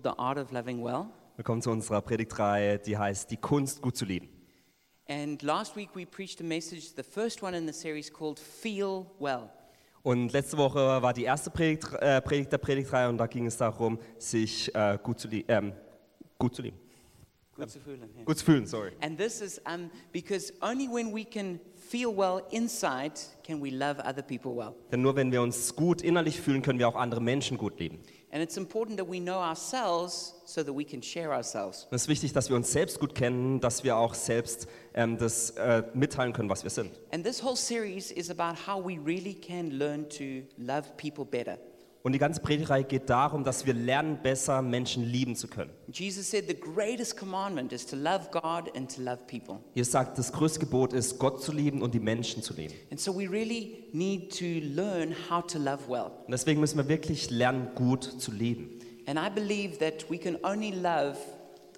The Art of Living Well. Willkommen zu unserer Predigtreihe, die heißt Die Kunst, gut zu leben. And last week we preached a message, the first one in the series called Feel Well. Und letzte Woche war die erste Predigt, äh, Predigt der Predigtreihe und da ging es darum, sich äh, gut, zu lie- ähm, gut zu leben. Good to feel in here. Gut zu fühlen, sorry. And this is um, because only when we can feel well inside can we love other people well. Denn nur wenn wir uns gut innerlich fühlen, können wir auch andere Menschen gut leben. And it's important that we know ourselves so that we can share ourselves. Und es ist wichtig, dass wir uns selbst gut kennen, dass wir auch selbst ähm, das äh, mitteilen können, was wir sind. And this whole series is about how we really can learn to love people better. Und die ganze Predigtreihe geht darum, dass wir lernen, besser Menschen lieben zu können. Jesus said the greatest commandment is to love God and to love people. Jesus sagt, das größte Gebot ist, Gott zu lieben und die Menschen zu lieben. And so we really need to learn how to love well. Und deswegen müssen wir wirklich lernen, gut zu leben. And I believe that we can only love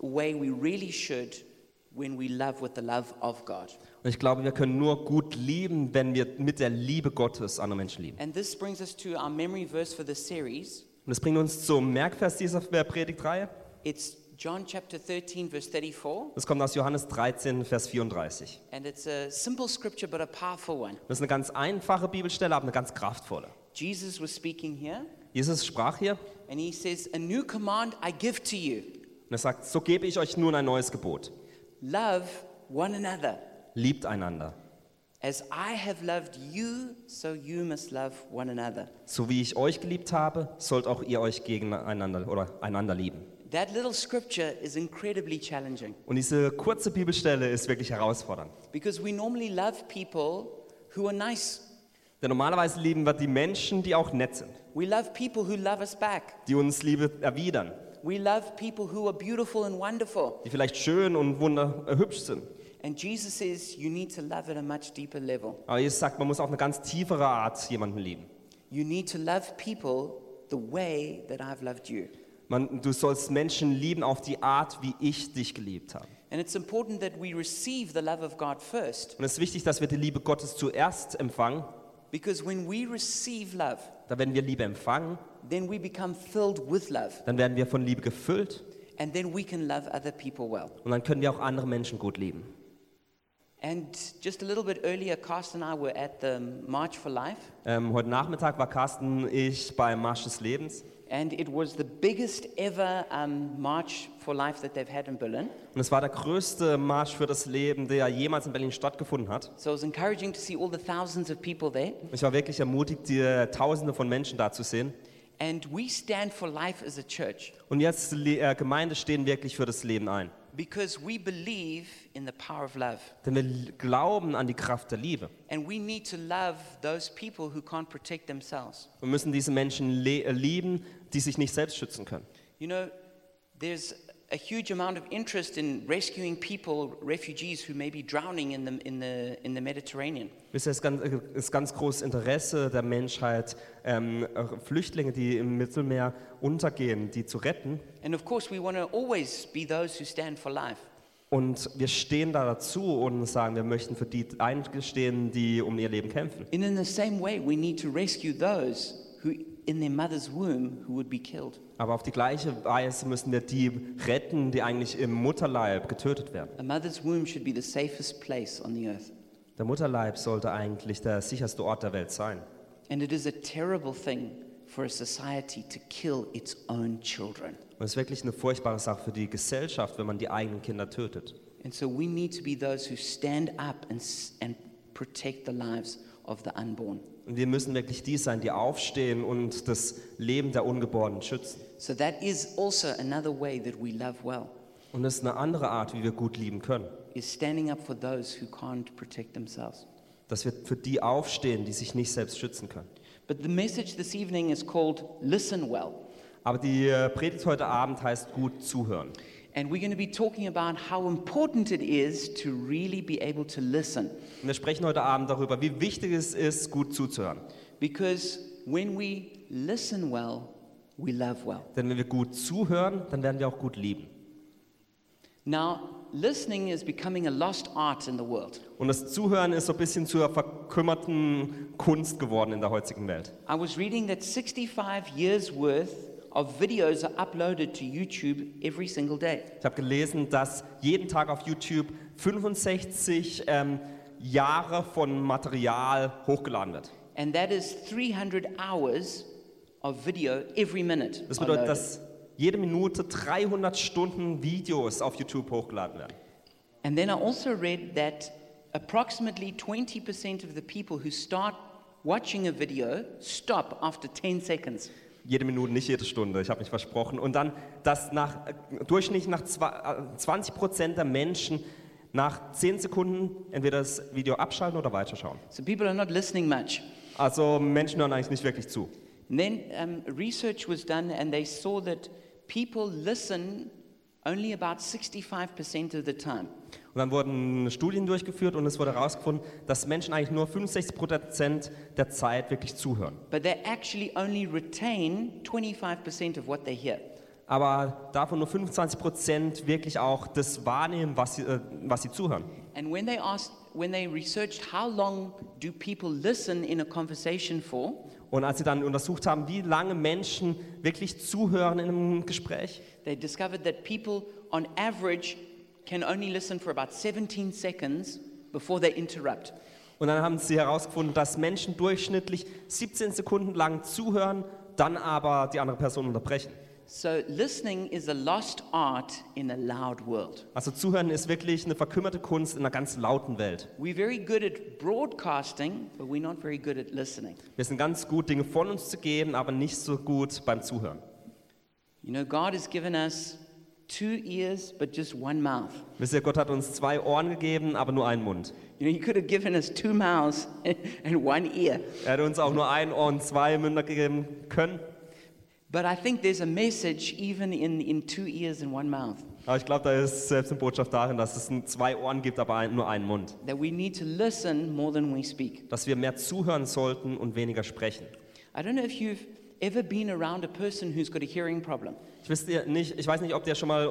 the way we really should when we love with the love of God. Und ich glaube, wir können nur gut lieben, wenn wir mit der Liebe Gottes andere Menschen lieben. And this brings us to our memory verse for this series. Und das bringt uns zum Merkvers dieser äh, Predigtreihe. It's John chapter 13, verse 34. Das kommt aus Johannes 13, Vers 34. And it's a simple scripture, but a powerful one. Das ist eine ganz einfache Bibelstelle, aber eine ganz kraftvolle. Jesus was speaking here, Jesus sprach hier and he says, A new command I give to you und er sagt, so gebe ich euch nun ein neues Gebot. love one another. Liebt einander, As I have loved you, so you must love one another. so wie ich euch geliebt habe, sollt auch ihr euch gegeneinander oder einander lieben. That little scripture is incredibly challenging Und diese kurze Bibelstelle ist wirklich herausfordernd. because we normally love people who are nice. Denn normalerweise lieben wir die Menschen, die auch nett sind, We love people who love us back. die uns Liebe erwidern, We love people who are beautiful and wonderful. die vielleicht schön und wunder äh, hübsch sind. And Jesus says you need to love at a much deeper level. Aber Jesus sagt, man muss auf eine ganz tiefere Art jemanden lieben. You need to love people the way that I've loved you. Man, du sollst Menschen lieben auf die Art, wie ich dich geliebt habe. And it's important that we receive the love of God first Und es ist wichtig, dass wir die Liebe Gottes zuerst empfangen. because when we receive love, Da werden wir Liebe empfangen, then we become filled with love dann werden wir von Liebe gefüllt and then we can love other people well. und dann können wir auch andere Menschen gut lieben. And just a little bit earlier, Carsten and I were at the March for Life, Ähm, heute Nachmittag war Carsten und ich beim Marsch des Lebens and it was the biggest ever um, March for Life that they've had in Berlin. und es war der größte Marsch für das Leben, der jemals in Berlin stattgefunden hat. So it was encouraging to see all the thousands of people there. Ich war wirklich ermutigt, die äh, Tausende von Menschen da zu sehen. And we stand for life as a church Und jetzt, die äh, Gemeinde stehen wirklich für das Leben ein. because we believe in the power of love. Denn wir l- glauben an die Kraft der Liebe. And we need to love those people who can't protect themselves. Wir müssen diese Menschen le- äh, lieben, die sich nicht selbst schützen können. You know, there's a huge amount of interest in rescuing people, refugees who may be drowning in the, in the, in the Mediterranean. Es ist ganz, äh, ist ganz großes Interesse der Menschheit, ähm, auch Flüchtlinge, die im Mittelmeer untergehen, die zu retten. And of course, we want to always be those who stand for life. Und wir stehen da dazu und sagen, wir möchten für die einstehen, die um ihr Leben kämpfen. And in the same way, we need to rescue those who, in their mother's womb, who would be killed. Aber auf die gleiche Weise müssen wir die retten, die eigentlich im Mutterleib getötet werden. A mother's womb should be the safest place on the earth. Der Mutterleib sollte eigentlich der sicherste Ort der Welt sein. And it is a terrible thing for a society to kill its own children. Und es ist wirklich eine furchtbare Sache für die Gesellschaft, wenn man die eigenen Kinder tötet. And so we need to be those who stand up and, s- and protect the lives of the unborn. Und wir müssen wirklich die sein, die aufstehen und das Leben der Ungeborenen schützen. So that is also another way that we love well, Und das ist eine andere Art, wie wir gut lieben können. is standing up for those who can't protect themselves. Dass wir für die aufstehen, die sich nicht selbst schützen können. But the message this evening is called Listen Well. Aber die äh, Predigt heute Abend heißt gut zuhören. And we're going to be talking about how important it is to really be able to listen. Und wir sprechen heute Abend darüber, wie wichtig es ist, gut zuzuhören. Because when we listen well, we love well. Denn wenn wir gut zuhören, dann werden wir auch gut lieben. Now, listening is becoming a lost art in the world. Und das Zuhören ist so ein bisschen zur verkümmerten Kunst geworden in der heutigen Welt. I was reading that 65 years worth of videos are uploaded to YouTube every single day. Ich habe gelesen, dass jeden Tag auf YouTube 65 ähm, Jahre von Material hochgeladen wird. And that is 300 hours of video every minute. Das are bedeutet, loaded. dass jede Minute 300 Stunden Videos auf YouTube hochgeladen werden. And then I also read that approximately 20% of the people who start watching a video stop after 10 seconds. Jede Minute, nicht jede Stunde, ich habe mich versprochen. Und dann, dass nach, äh, durchschnittlich nach zwa- äh, 20 Prozent der Menschen nach 10 Sekunden entweder das Video abschalten oder weiterschauen. So people are not listening much. Also Menschen hören eigentlich nicht wirklich zu. And then um, research was done, and they saw that people listen only about 65% of the time. Und dann wurden Studien durchgeführt und es wurde herausgefunden, dass Menschen eigentlich nur 65 Prozent der Zeit wirklich zuhören. But they actually only retain 25% of what they hear. Aber davon nur 25 Prozent wirklich auch das wahrnehmen, was sie, äh, was sie zuhören. And when they asked, when they researched how long do people listen in a conversation for, Und als sie dann untersucht haben, wie lange Menschen wirklich zuhören in einem Gespräch, they discovered that people on average can only listen for about 17 seconds before they interrupt. und dann haben sie herausgefunden, dass Menschen durchschnittlich 17 Sekunden lang zuhören, dann aber die andere Person unterbrechen. So listening is a lost art in a loud world. Also zuhören ist wirklich eine verkümmerte Kunst in einer ganz lauten Welt. We're very good at broadcasting, but we're not very good at listening. Wir sind ganz gut, Dinge von uns zu geben, aber nicht so gut beim Zuhören. You know, God has given us two ears, but just one mouth. Wisst ihr, Gott hat uns zwei Ohren gegeben, aber nur einen Mund. You know, He could have given us two mouths and one ear. Er hätte uns auch nur ein Ohr und zwei Münder gegeben können. But I think there's a message even in, in two ears and one mouth Aber ich glaube, da ist selbst eine Botschaft darin, dass es ein- zwei Ohren gibt, aber ein- nur einen Mund. that we need to listen more than we speak. Dass wir mehr zuhören sollten und weniger sprechen. I don't know if you've ever been around a person who's got a hearing problem. Ich, wisst ihr nicht, ich weiß nicht, ob der schon mal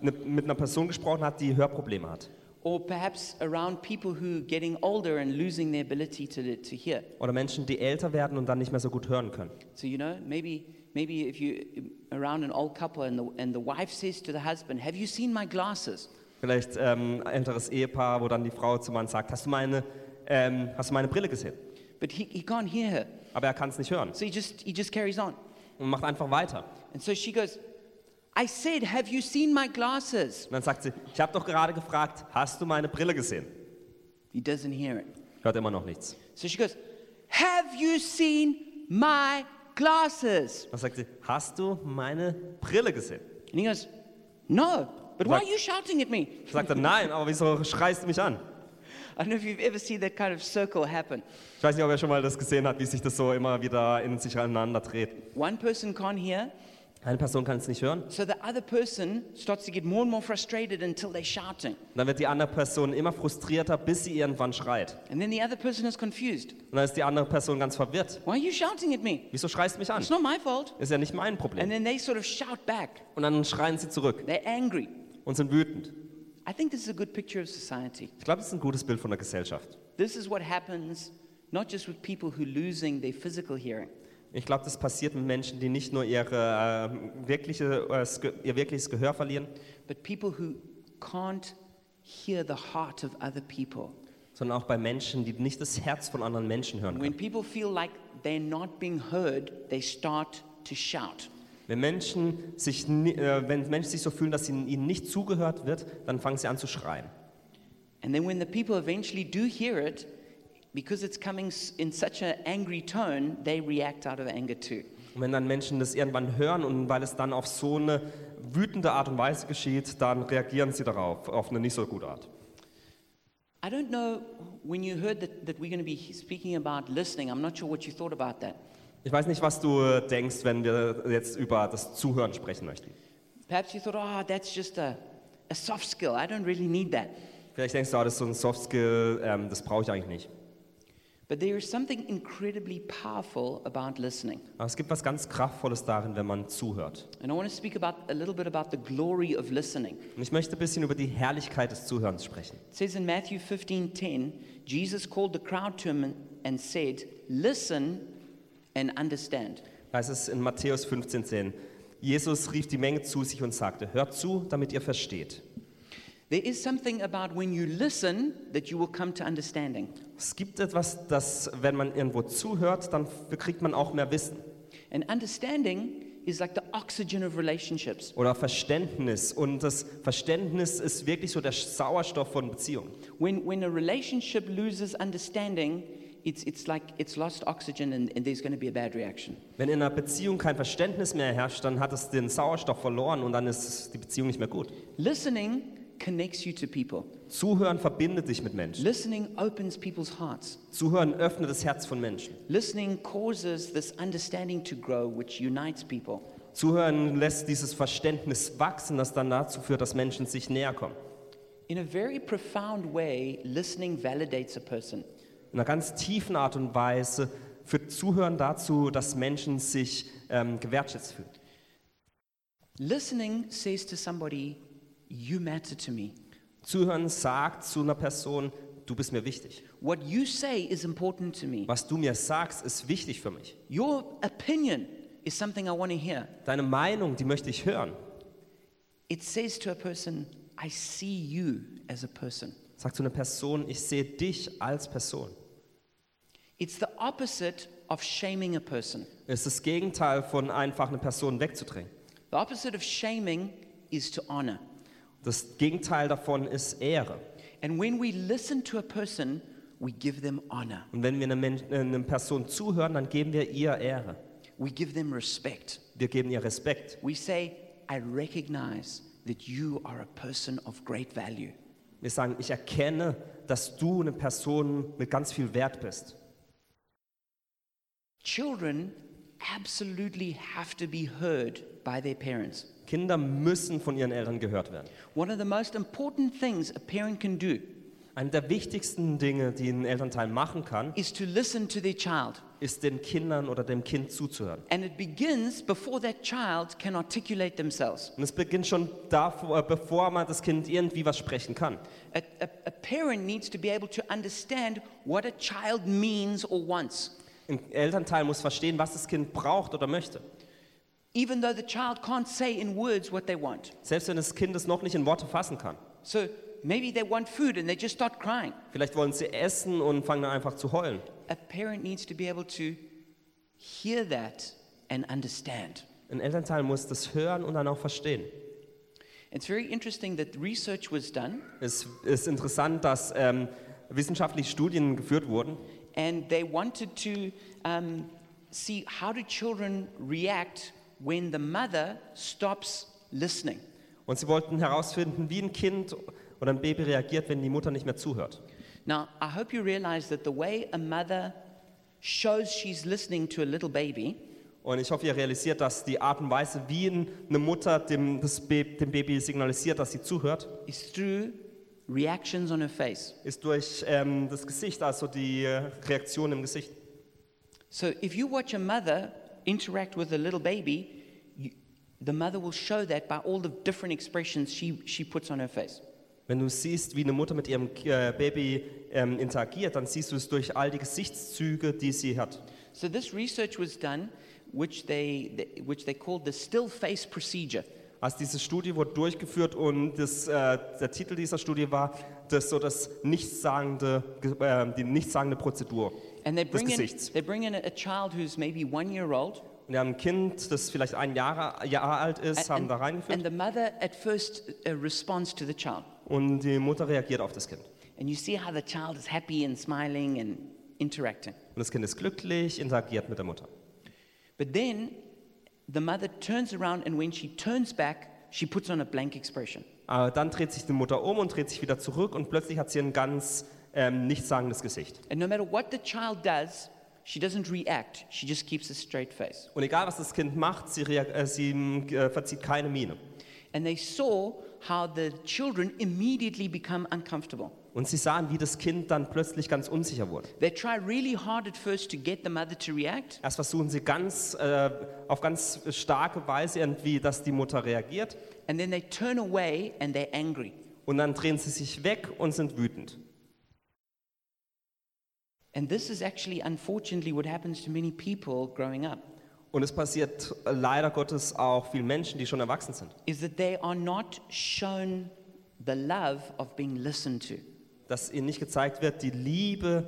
äh, ne, mit einer Person gesprochen hat, die Hörprobleme hat. Or perhaps around people who are getting older and losing their ability to, to hear. Oder Menschen, die älter werden und dann nicht mehr so gut hören können. So, you know, maybe, maybe if you around an old couple and the, and the wife says to the husband, Have you seen my glasses? Vielleicht ähm, ein älteres Ehepaar, wo dann die Frau zum Mann sagt, hast du meine, ähm, hast du meine Brille gesehen? But he, he can't hear her. Aber er kann es nicht hören So he just, he just carries on. und macht einfach weiter. And so she goes, I said, Have you seen my glasses? Und dann sagt sie, ich habe doch gerade gefragt, hast du meine Brille gesehen? He doesn't hear it. Hört immer noch nichts. So she goes, Have you seen my glasses? Dann sagt sie, hast du meine Brille gesehen? And he goes, No, but why are Like- you shouting at me? Sagt er, nein, aber wieso schreist du mich an? I don't know if you've ever seen that kind of circle happen. Ich weiß nicht, ob er schon mal das gesehen hat, wie sich das so immer wieder in sich aneinander dreht. One person can't hear, Eine Person kann es nicht hören, so the other person starts to get more and more frustrated until they're shouting. und dann wird die andere Person immer frustrierter, bis sie irgendwann schreit. And then the other person is confused. Und dann ist die andere Person ganz verwirrt. Why are you shouting at me? Wieso schreist du mich an? It's not my fault. Ist ja nicht mein And Problem. then they sort of shout back. Und dann schreien sie zurück They're angry. und sind wütend. I think this is a good picture of society. Ich glaube, das ist ein gutes Bild von der Gesellschaft. This is what happens not just with people who are losing their physical hearing, Ich glaube, das passiert mit Menschen, die nicht nur ihre, ähm, wirkliche, äh, s- ihr wirkliches Gehör verlieren, but people who can't hear the heart of other people. sondern auch bei Menschen, die nicht das Herz von anderen Menschen hören When können. people feel like they're not being heard, they start to shout. Wenn Menschen sich, ni- äh, wenn Menschen sich so fühlen, dass ihnen ihnen nicht zugehört wird, dann fangen sie an zu schreien. And then when the people eventually do hear it, because it's coming s- in such an angry tone, they react out of anger too. Und wenn dann Menschen das irgendwann hören und weil es dann auf so eine wütende Art und Weise geschieht, dann reagieren sie darauf, auf eine nicht so gute Art. I don't know when you heard that, that we're going to be speaking about listening, I'm not sure what you thought about that. Ich weiß nicht, was du äh, denkst, wenn wir jetzt über das Zuhören sprechen möchten. Perhaps you thought, oh, that's just a, a soft skill. I don't really need that. Vielleicht denkst du, ah, das ist so ein Softskill, ähm, das brauche ich eigentlich nicht. But there is something incredibly powerful about listening. Aber es gibt was ganz Kraftvolles darin, wenn man zuhört. And I want to speak about a little bit about the glory of listening. Und ich möchte ein bisschen über die Herrlichkeit des Zuhörens sprechen. It says in Matthew 15:10, Jesus called the crowd to him and, and said, "Listen and understand." Da heißt es in Matthäus 15, 10. Jesus rief die Menge zu sich und sagte, hört zu, damit ihr versteht. There is something about when you listen that you will come to understanding. Es gibt etwas, das, wenn man irgendwo zuhört, dann kriegt man auch mehr Wissen. And understanding is like the oxygen of relationships. Oder Verständnis. Und das Verständnis ist wirklich so der Sauerstoff von Beziehungen. When, when a relationship loses understanding, it's, it's like it's lost oxygen and, and there's going to be a bad reaction. Wenn in einer Beziehung kein Verständnis mehr herrscht, dann hat es den Sauerstoff verloren und dann ist die Beziehung nicht mehr gut. Listening connects you to people, Zuhören verbindet dich mit Menschen. listening opens people's hearts, Zuhören öffnet das Herz von Menschen. listening causes this understanding to grow, which unites people. Zuhören lässt dieses Verständnis wachsen, das dann dazu führt, dass Menschen sich näher kommen. In a very profound way, listening validates a person. In einer ganz tiefen Art und Weise führt Zuhören dazu, dass Menschen sich ähm, gewertschätzt fühlen. Listening says to somebody, You matter to me. Zuhören sagt zu einer Person, du bist mir wichtig. What you say is important to me. Was du mir sagst, ist wichtig für mich. Your opinion is something I want to hear. Deine Meinung, die möchte ich hören. It says to a person, I see you as a person. Sag zu einer Person, ich sehe dich als Person. It's the opposite of shaming a person. Es ist das Gegenteil von einfach eine Person wegzudrängen. The opposite of shaming is to honor. Das Gegenteil davon ist Ehre. And when we listen to a person, we give them honor, Und wenn wir einer Men- äh, einer Person zuhören, dann geben wir ihr Ehre. we give them respect. Wir geben ihr Respekt. We say, I recognize that you are a person of great value. Wir sagen, ich erkenne, dass du eine Person mit ganz viel Wert bist. Children absolutely have to be heard by their parents. Kinder müssen von ihren Eltern gehört werden. One of the most important things a parent can do Eine der wichtigsten Dinge, die ein Elternteil machen kann, is to listen to their child. ist den Kindern oder dem Kind zuzuhören. And it begins before that child can articulate themselves. Und es beginnt schon davor, äh, bevor man das Kind irgendwie was sprechen kann. A, a, a parent needs to be able to understand what a child means or wants, Ein Elternteil muss verstehen, was das Kind braucht oder möchte. even though the child can't say in words what they want. Selbst wenn das Kind es noch nicht in Worte fassen kann. So maybe they want food and they just start crying. Vielleicht wollen sie essen und fangen dann einfach zu heulen. A parent needs to be able to hear that and understand. Ein Elternteil muss das hören und dann auch verstehen. It's very interesting that research was done, Es ist interessant, dass ähm, wissenschaftliche Studien geführt wurden and they wanted to um, see how do children react when the mother stops listening. und sie wollten herausfinden, wie ein Kind oder ein Baby reagiert, wenn die Mutter nicht mehr zuhört. Now, I hope you realize that the way a mother shows she's listening to a little baby Und ich hoffe, ihr realisiert, dass die Art und Weise, wie eine Mutter dem, das Ba- dem Baby signalisiert, dass sie zuhört, is through reactions on her face. ist durch ähm, das Gesicht, also die äh, Reaktion im Gesicht. So, if you watch a mother interact with a little baby, you, the mother will show that by all the different expressions she, she puts on her face. Wenn du siehst, wie eine Mutter mit ihrem äh, Baby ähm, interagiert, dann siehst du es durch all die Gesichtszüge, die sie hat. So this research was done, which they, th- which they called the still face procedure. Also diese Studie wurde durchgeführt und das, äh, der Titel dieser Studie war das so das nichtssagende, Ge- äh, die nichtssagende Prozedur. And they Des bring in, Gesichts. they bring in a, a child who's maybe one year old. Und wir haben ein Kind, das vielleicht ein Jahr, Jahr alt ist, haben and, da reingeführt and the mother at first uh, responds to the child. und die Mutter reagiert auf das Kind. And you see how the child is happy and smiling and interacting. Und das Kind ist glücklich, interagiert mit der Mutter. But then the mother turns around, and when she turns back, she puts on a blank expression. Aber dann dreht sich die Mutter um und dreht sich wieder zurück und plötzlich hat sie ein ganz ähm, nichtssagendes Gesicht. And no matter what the child does, she doesn't react, she just keeps a straight face. Und egal, was das Kind macht, sie, reag- äh, sie mm, äh, verzieht keine Miene. And they saw how the children immediately become uncomfortable. Und sie sahen, wie das Kind dann plötzlich ganz unsicher wurde. They try really hard at first to get the mother to react, Erst versuchen sie ganz, äh, auf ganz starke Weise irgendwie, dass die Mutter reagiert. and then they turn away and they're angry. Und dann drehen sie sich weg und sind wütend. And this is actually, unfortunately, what happens to many people growing up. und es passiert leider Gottes auch vielen Menschen, die schon erwachsen sind, is that they are not shown the love of being listened to. dass ihnen nicht gezeigt wird die Liebe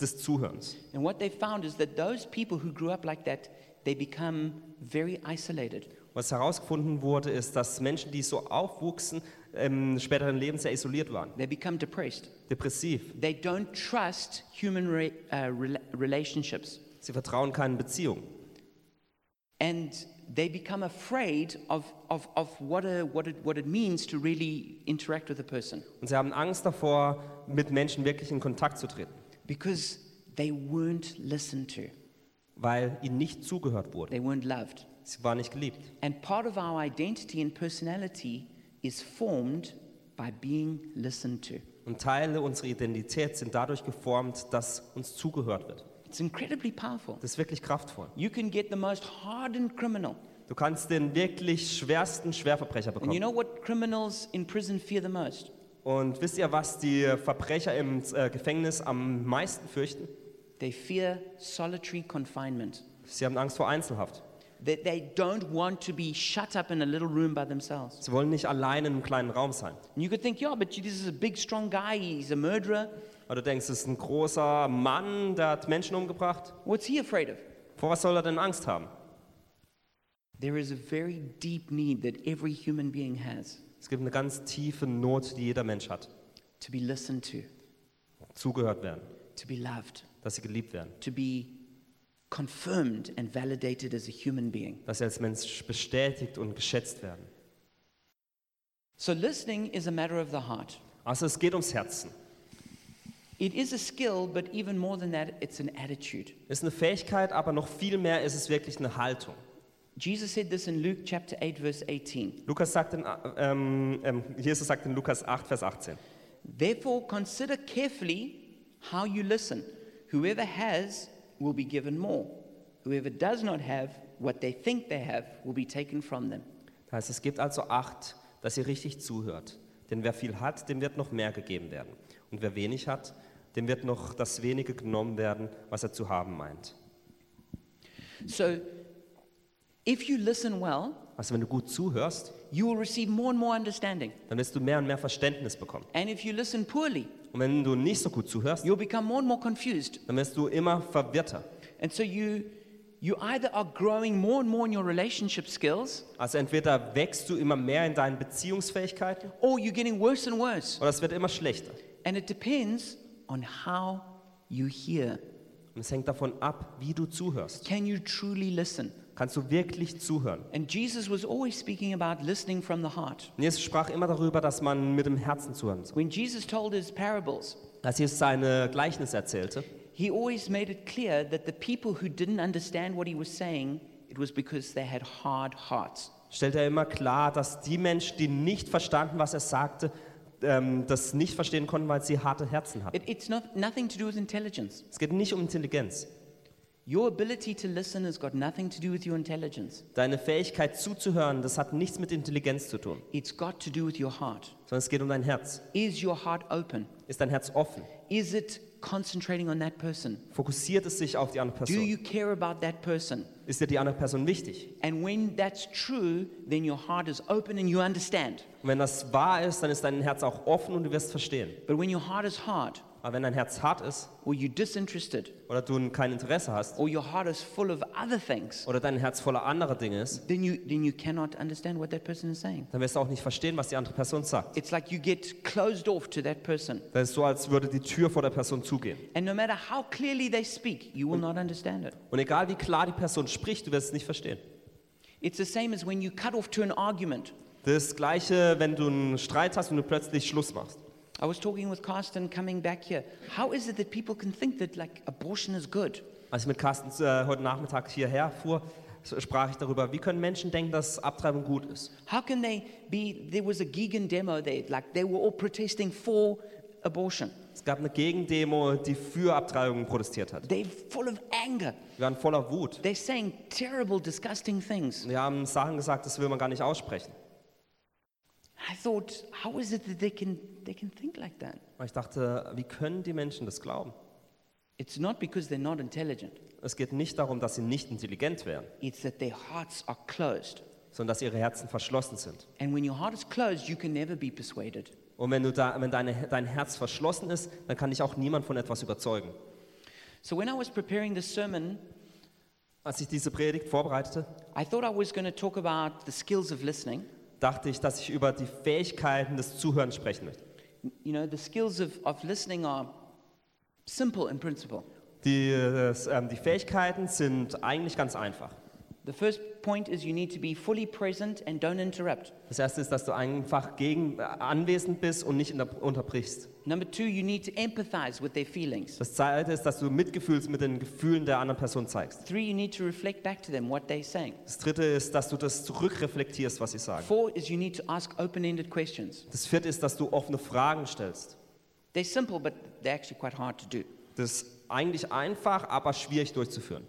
des Zuhörens. And what they found is that those people who grew up like that, they become very isolated. Was herausgefunden wurde, ist, dass Menschen, die so aufwuchsen, im späteren Leben sehr isoliert waren, They become depressed. depressiv. They don't trust human re- uh, rela- relationships. Sie vertrauen keinen Beziehungen And they become afraid of, of, of what, a, what, it, what it means to really interact with a person und sie haben Angst davor, mit Menschen wirklich in Kontakt zu treten, because they weren't listened to, weil ihnen nicht zugehört wurde. they weren't loved. Sie waren nicht geliebt. And part of our identity and personality is formed by being listened to. Und Teile unserer Identität sind dadurch geformt, dass uns zugehört wird. It's incredibly powerful. Das ist wirklich kraftvoll. You can get the most hardened criminal. Du kannst den wirklich schwersten Schwerverbrecher And you bekommen. know what criminals in prison fear the most? Und wisst ihr, was die Verbrecher im äh, Gefängnis am meisten fürchten? They fear solitary confinement. Sie haben Angst vor Einzelhaft. That they don't want to be shut up in a little room by themselves. Sie wollen nicht allein in einem kleinen Raum sein. And you could think, yeah, but this is a big, strong guy. He's a murderer. Weil du denkst, es ist ein großer Mann, der hat Menschen umgebracht. What's he afraid of? Vor was soll er denn Angst haben? There is a very deep need that every human being has Es gibt eine ganz tiefe Not, die jeder Mensch hat. to be listened to, Zugehört werden, to be loved, dass sie geliebt werden, to be confirmed and validated as a human being. dass sie als Mensch bestätigt und geschätzt werden. So, listening is a matter of the heart. Also es geht ums Herzen. It is a skill, but even more than that, it's an attitude. Ist eine Fähigkeit, aber noch viel mehr ist es wirklich eine Haltung. Jesus said this in Luke chapter 8, verse 18. Lukas sagt in, ähm, ähm, Jesus sagt in Lukas 8, Vers 18. Therefore, consider carefully how you listen. Whoever has will be given more. Whoever does not have what they think they have will be taken from them. Das heißt, es gibt also Acht, dass ihr richtig zuhört. Denn wer viel hat, dem wird noch mehr gegeben werden. Und wer wenig hat, dem wird noch das wenige genommen werden, was er zu haben meint. So, if you listen well, Also wenn du gut zuhörst, you will receive more and more understanding. dann wirst du mehr und mehr Verständnis bekommen. And if you listen poorly, Und wenn du nicht so gut zuhörst, you'll become more and more confused. dann wirst du immer verwirrter. And so, you, you either are growing more and more in your relationship skills, Also entweder wächst du immer mehr in deinen Beziehungsfähigkeiten or you're getting worse and worse. oder es wird immer schlechter. And it depends on how you hear. Und es hängt davon ab, wie du zuhörst. Can you truly listen? Kannst du wirklich zuhören? And Jesus was always speaking about listening from the heart. Und Jesus sprach immer darüber, dass man mit dem Herzen zuhören soll. When Jesus told his parables, Als Jesus seine Gleichnis erzählte, he always made it clear that the people who didn't understand what he was saying, it was because they had hard hearts. stellt er immer klar, dass die Menschen, die nicht verstanden, was er sagte, ähm, das nicht verstehen konnten, weil sie harte Herzen hatten. It, it's not, nothing to do with intelligence. Es geht nicht um Intelligenz. Your ability to listen has got nothing to do with your intelligence. Deine Fähigkeit zuzuhören, das hat nichts mit Intelligenz zu tun, It's got to do with your heart. sondern es geht um dein Herz. Is your heart open? Ist dein Herz offen? Is it concentrating on that person? Fokussiert es sich auf die andere Do Person? you care about that person? Ist dir die andere Person wichtig? And when that's true, then your heart is open and you understand. Und wenn das wahr ist, dann ist dein Herz auch offen und du wirst verstehen. But when your heart is hard, Aber wenn dein Herz hart ist or you're disinterested, oder du kein Interesse hast or your heart is full of other things, oder dein Herz voller anderer Dinge ist, then you, then you cannot understand what that person is saying. dann wirst du auch nicht verstehen, was die andere Person sagt. It's like you get closed off to that person. Das ist so, als würde die Tür vor der Person zugehen. And no matter how clearly they speak, you will not understand it. Und egal wie klar die Person spricht, du wirst es nicht verstehen. It's the same as when you cut off to an argument. Das gleiche, wenn du einen Streit hast und du plötzlich Schluss machst. I was talking with Carsten coming back here. How is it that people can think that like abortion is good? Als ich mit Carsten äh, heute Nachmittag hierher fuhr, s- sprach ich darüber, wie können Menschen denken, dass Abtreibung gut ist. How can they be? There was a Gegan demo there, like they were all protesting for abortion. Es gab eine Gegendemo, die für Abtreibung protestiert hat. They're full of anger. Wir waren voller Wut. They're saying terrible, disgusting things. Wir haben Sachen gesagt, das will man gar nicht aussprechen. I thought, how is it that they can, they can think like that? Und ich dachte, wie können die Menschen das glauben? It's not because they're not intelligent, Es geht nicht darum, dass sie nicht intelligent wären, it's that their hearts are closed. sondern dass ihre Herzen verschlossen sind. And when your heart is closed, you can never be persuaded. Und wenn, du da, wenn deine, dein Herz verschlossen ist, dann kann dich auch niemand von etwas überzeugen. So when I was preparing this sermon, Als ich diese Predigt vorbereitete, I thought I was going to talk about the skills of listening, dachte ich, dass ich über die Fähigkeiten des Zuhörens sprechen möchte. You know, the skills of, of listening are simple in principle. Die, das, ähm, die Fähigkeiten sind eigentlich ganz einfach. The first point is you need to be fully present and don't interrupt. Das erste ist, dass du einfach gegen, äh, anwesend bist und nicht inter- unterbrichst. Number two, you need to empathize with their feelings. Das zweite ist, dass du Mitgefühl mit den Gefühlen der anderen Person zeigst. Three, you need to reflect back to them what they're saying. Das dritte ist, dass du das zurückreflektierst, was sie sagen. Four is you need to ask open ended questions. Das vierte ist, dass du offene Fragen stellst. They're simple, but they're actually quite hard to do. Das ist eigentlich einfach, aber schwierig durchzuführen.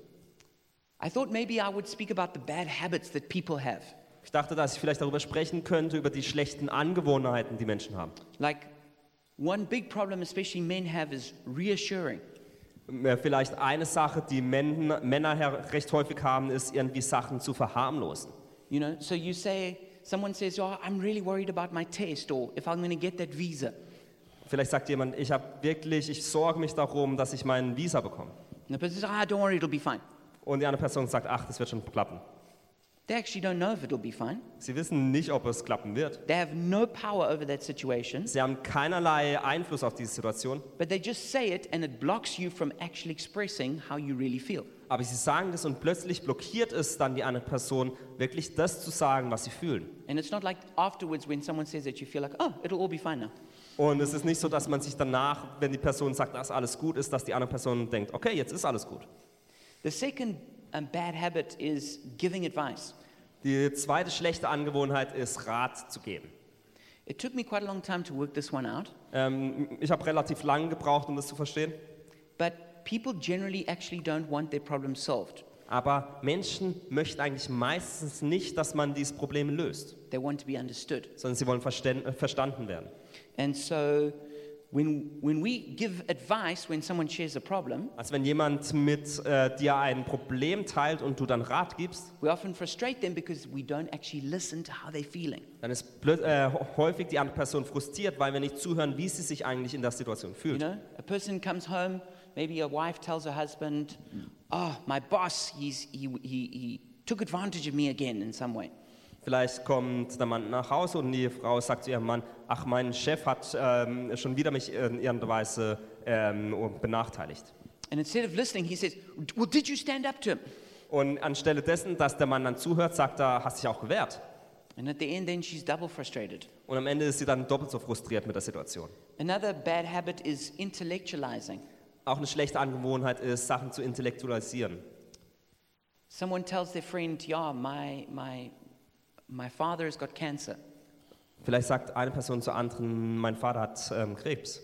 I thought maybe I would speak about the bad habits that people have, Ich dachte, dass ich vielleicht darüber sprechen könnte, über die schlechten Angewohnheiten, die Menschen haben. like one big problem, especially men have, is reassuring. Äh, Vielleicht eine Sache, die Män Männer her- recht häufig haben, ist, irgendwie Sachen zu verharmlosen. You know, so you say, someone says, Oh, I'm really worried about my test or if I'm going to get that visa. Vielleicht sagt jemand, ich habe wirklich, ich sorge mich darum, dass ich meinen Visa bekomme. And the person says, Ah, don't worry, it'll be fine. Und die andere Person sagt, ach, das wird schon klappen. They actually don't know if it'll be fine. Sie wissen nicht, ob es klappen wird. They have no power over that situation, Sie haben keinerlei Einfluss auf diese Situation, but they just say it and it blocks you from actually expressing how you really feel. aber sie sagen das und plötzlich blockiert es dann die andere Person, wirklich das zu sagen, was sie fühlen. And it's not like afterwards when someone says that you feel like, Oh, it'll all be fine now. Und es ist nicht so, dass man sich danach, wenn die Person sagt, dass alles gut ist, dass die andere Person denkt, okay, jetzt ist alles gut. The second um, bad habit is giving advice. Die zweite schlechte Angewohnheit ist, Rat zu geben. It took me quite a long time to work this one out, Ähm, ich habe relativ lange gebraucht, um das zu verstehen, but people generally actually don't want their problem solved. aber Menschen möchten eigentlich meistens nicht, dass man dieses Problem löst, They want to be understood. sondern sie wollen verständ, äh, verstanden werden. And so when, when we give advice when someone shares a problem, Als wenn jemand mit äh, dir ein Problem teilt und du dann Rat gibst, we often frustrate them because we don't actually listen to how they're feeling. dann ist plö- äh, häufig die andere Person frustriert, weil wir nicht zuhören, wie sie sich eigentlich in der Situation You fühlt. know, a person comes home, maybe a wife tells her husband, Oh, my boss, he's, he, he, he took advantage of me again in some way. Vielleicht kommt der Mann nach Hause und die Frau sagt zu ihrem Mann, ach, mein Chef hat ähm, schon wieder mich in irgendeiner Weise ähm, benachteiligt. And instead of listening, he says, Well, did you stand up to him? Und anstelle dessen, dass der Mann dann zuhört, sagt er, hast dich auch gewehrt. And at the end, then she's double frustrated. Und am Ende ist sie dann doppelt so frustriert mit der Situation. Another bad habit is intellectualizing. Auch eine schlechte Angewohnheit ist, Sachen zu intellektualisieren. Someone tells their friend, Yeah, my, my, my father has got cancer. Vielleicht sagt eine Person zur anderen, mein Vater hat ähm, Krebs.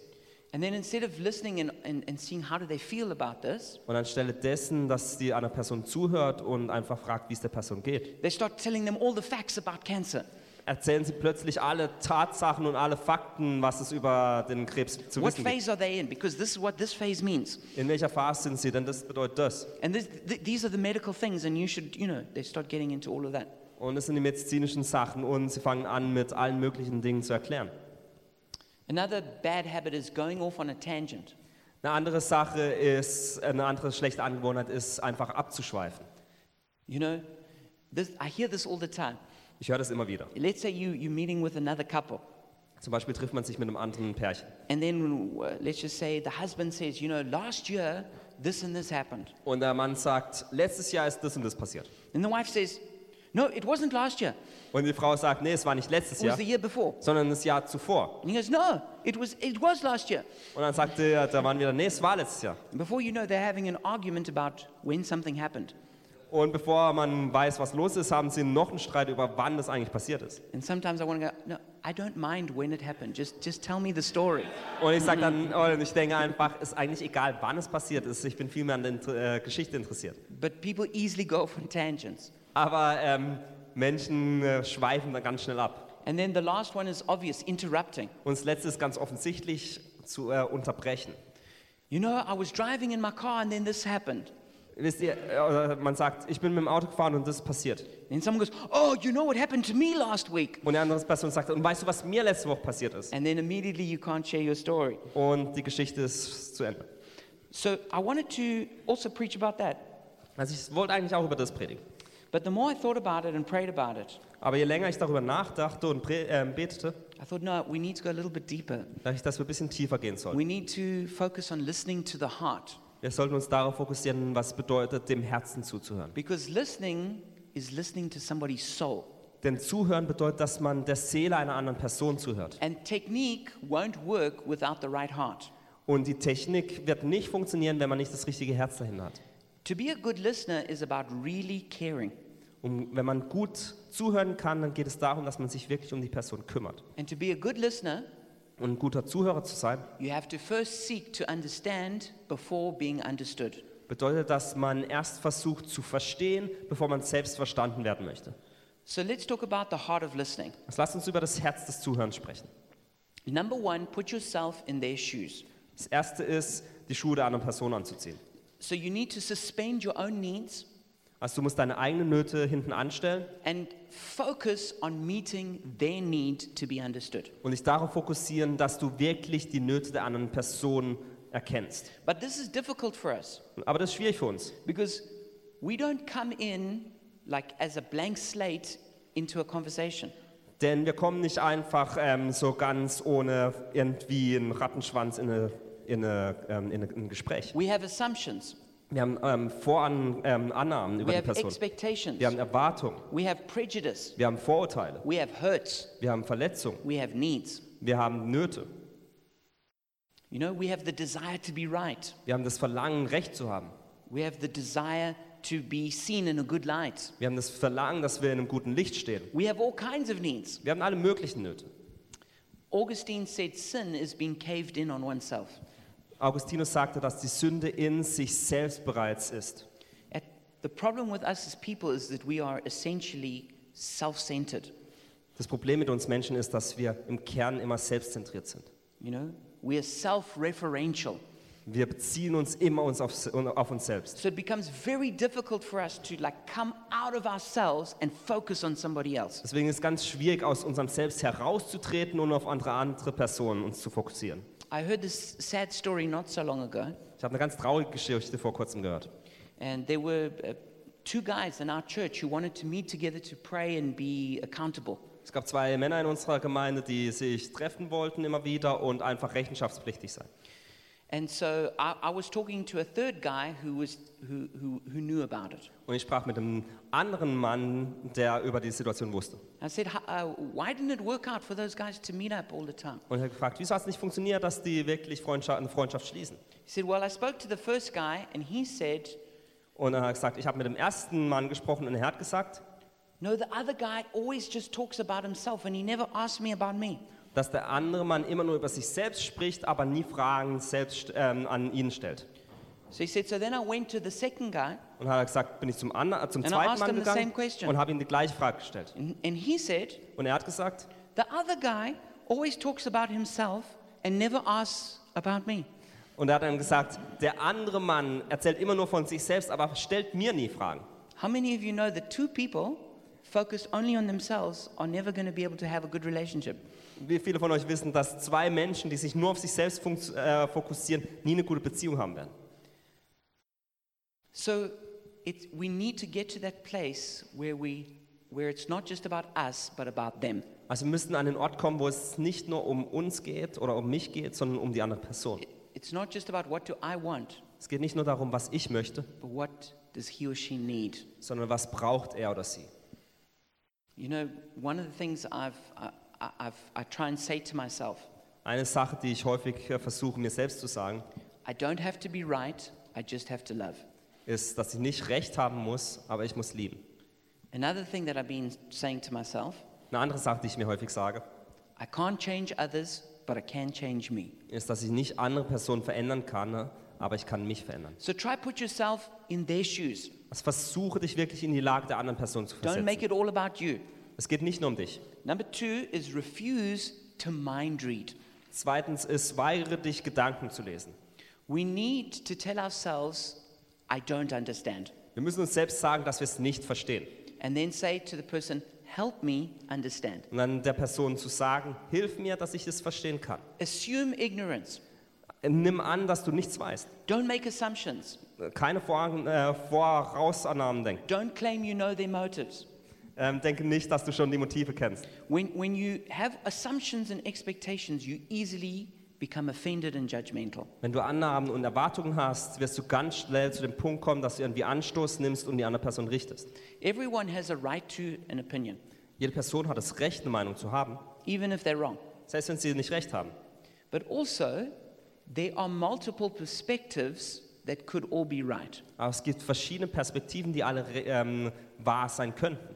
And then instead of listening and, and, and seeing how do they feel about this, Und anstelle dessen, dass die andere Person zuhört und einfach fragt, wie es der Person geht, they start telling them all the facts about cancer. erzählen sie plötzlich alle Tatsachen und alle Fakten, was es über den Krebs zu what wissen gibt. phase are they in? Because this is what this phase means. In welcher Phase sind sie? Denn das bedeutet das. And this, th- these are the medical things, and you should, you know, they start getting into all of that. Und es sind die medizinischen Sachen und sie fangen an, mit allen möglichen Dingen zu erklären. Another bad habit is going off on a tangent. Eine andere Sache ist, eine andere schlechte Angewohnheit ist, einfach abzuschweifen. You know, this, I hear this all the time. Ich höre das immer wieder. Let's say you, you're meeting with another couple, Zum Beispiel trifft man sich mit einem anderen Pärchen. and then uh, let's just say the husband says, you know, last year this and this happened. Und der Mann sagt, letztes Jahr ist das und das passiert. And the wife says, no, it wasn't last year, Und die Frau sagt, nee, es war nicht letztes it was Jahr, the year before. sondern das Jahr zuvor. And he goes, No, it was, it was last year. Und dann sagt der, der Mann wieder, nee, es war letztes Jahr. And before you know, they're having an argument about when something happened. Und bevor man weiß, was los ist, haben sie noch einen Streit über, wann das eigentlich passiert ist. And sometimes I want to go, No, I don't mind when it happened. Just, just tell me the story. Und ich sage dann, und ich denke einfach, ist eigentlich egal, wann es passiert ist. Ich bin viel mehr an der Inter äh, Geschichte interessiert. But people easily go off on tangents. Aber ähm, Menschen äh, schweifen dann ganz schnell ab. And then the last one is obvious interrupting. Und das Letzte ist ganz offensichtlich zu äh, unterbrechen. You know, I was driving in my car and then this happened. Wisst ihr, äh, oder man sagt, ich bin mit dem Auto gefahren und das ist passiert. Then someone goes, Oh, you know what happened to me last week? Und eine andere Person sagt, und weißt du, was mir letzte Woche passiert ist? And then immediately you can't share your story. Und die Geschichte ist zu Ende. So I wanted to also preach about that. Also ich wollte eigentlich auch über das predigen. But the more I thought about it and prayed about it, Aber je länger ich darüber nachdachte und pre- äh, betete, I thought, no, we need to go a little bit deeper. dachte ich, dass wir ein bisschen tiefer gehen sollten. We need to focus on listening to the heart Wir sollten uns darauf fokussieren, was bedeutet, dem Herzen zuzuhören. because listening is listening to somebody's soul. Denn zuhören bedeutet, dass man der Seele einer anderen Person zuhört. And technique won't work without the right heart. Und die Technik wird nicht funktionieren, wenn man nicht das richtige Herz dahin hat. To be a good listener is about really caring. Und Um, wenn man gut zuhören kann, dann geht es darum, dass man sich wirklich um die Person kümmert. And to be a good listener, Und ein guter Zuhörer zu sein, you have to first seek to understand before being understood. bedeutet, dass man erst versucht zu verstehen, bevor man selbst verstanden werden möchte. So let's talk about the heart of listening. Also lasst uns über das Herz des Zuhörens sprechen. Number one, put yourself in their shoes. Das erste ist, die Schuhe der anderen Person anzuziehen. So you need to suspend your own needs Also du musst deine eigenen Nöte hinten anstellen and focus on meeting their need to be understood. und dich darauf fokussieren, dass du wirklich die Nöte der anderen Person erkennst. But this is difficult for us Aber das ist schwierig für uns, because we don't come in like as a blank slate into a conversation. denn wir kommen nicht einfach ähm, so ganz ohne irgendwie einen Rattenschwanz in, eine, in, eine, ähm, in, eine, in ein Gespräch. We have assumptions, Wir haben ähm, Voran ähm, Annahmen über we die have Person. expectations, Wir haben Erwartungen, we have prejudice, wir haben Vorurteile, we have hurts, wir haben Verletzungen, we have needs. wir haben Nöte, You know, we have the desire to be right, wir haben das Verlangen, Recht zu haben. we have the desire to be seen in a good light. Wir haben das Verlangen, dass wir in einem guten Licht stehen. We have all kinds of needs. Wir haben alle möglichen Nöte. Augustine said sin is being caved in on oneself. Augustinus sagte, dass die Sünde in sich selbst bereits ist. At the problem with us as people is that we are essentially self centered. Das Problem mit uns Menschen ist, dass wir im Kern immer selbstzentriert sind. You know, we are self referential. Wir beziehen uns immer uns auf, auf uns selbst. So it becomes very difficult for us to like come out of ourselves and focus on somebody else. Deswegen ist es ganz schwierig, aus unserem Selbst herauszutreten und auf andere, andere Personen uns zu fokussieren. I heard this sad story not so long ago, Ich habe eine ganz traurige Geschichte vor kurzem gehört. and there were uh, two guys in our church who wanted to meet together to pray and be accountable. Es gab zwei Männer in unserer Gemeinde, die sich treffen wollten immer wieder und einfach rechenschaftspflichtig sein. And so I, I was talking to a third guy who, was, who, who, who knew about it. Und ich sprach mit einem anderen Mann, der über die Situation wusste. I said, "How- uh, why didn't it work out for those guys to meet up all the time? Und ich habe gefragt, wieso hat es nicht funktioniert, dass die wirklich Freundschaft, eine Freundschaft schließen? He said, Well, I spoke to the first guy, and he said, Und dann hat er gesagt, ich habe mit dem ersten Mann gesprochen und er hat gesagt, No, the other guy always just talks about himself, and he never asked me about me. dass der andere Mann immer nur über sich selbst spricht, aber nie Fragen selbst ähm, an ihn stellt. So he said, So then I went to the second guy, Und hat er gesagt, bin ich zum, anderen, zum And I zweiten asked Mann him the gegangen same question. und habe ihm die gleiche Frage gestellt. and, and he said, Und er hat gesagt, The other guy always talks about himself and never asks about me. und er hat dann gesagt, der andere Mann erzählt immer nur von sich selbst, aber stellt mir nie Fragen. How many of you know that two people focused only on themselves are never going to be able to have a good relationship? Wie viele von euch wissen, dass zwei Menschen, die sich nur auf sich selbst funkt- äh, fokussieren, nie eine gute Beziehung haben werden? So it, we need to get to that place where, we, where it's not just about us, but about them. Also wir müssten an den Ort kommen, wo es nicht nur um uns geht oder um mich geht, sondern um die andere Person. It, it's not just about what do I want, Es geht nicht nur darum, was ich möchte, but what does he or she need. sondern was braucht er oder sie. You know, one of the things I've, I, I- I've, I try and say to myself Eine Sache, die ich häufig äh, versuche, mir selbst zu sagen, I don't have to be right, I just have to love. ist, dass ich nicht recht haben muss, aber ich muss lieben. Another thing that I've been saying to myself Eine andere Sache, die ich mir häufig sage, I can't change others, but I can change me. ist, dass ich nicht andere Personen verändern kann, ne, aber ich kann mich verändern. So try put yourself in their shoes. Also versuche dich wirklich in die Lage der anderen Person zu Don't make versetzen. it all about you. Es geht nicht nur um dich. Number two is refuse to mind read. Zweitens ist, weigere dich, Gedanken zu lesen. We need to tell ourselves, I don't understand. Wir müssen uns selbst sagen, dass wir es nicht verstehen. And then say to the person, Help me understand. Und dann der Person zu sagen, hilf mir, dass ich es verstehen kann. Assume ignorance. Nimm an, dass du nichts weißt. Don't make assumptions. Keine Vor äh, Vorausannahmen denken. Don't claim you know their motives. Ähm, denke nicht, dass du schon die Motive kennst. When, when you have assumptions and expectations, you easily become offended and judgmental. Wenn du Annahmen und Erwartungen hast, wirst du ganz schnell zu dem Punkt kommen, dass du irgendwie Anstoß nimmst und die andere Person richtest. Everyone has a right to an opinion, Jede Person hat das Recht, eine Meinung zu haben, even if they're wrong. selbst wenn sie nicht recht haben. But also, there are multiple perspectives that could all be right. Aber es gibt verschiedene Perspektiven, die alle re- ähm, wahr sein könnten.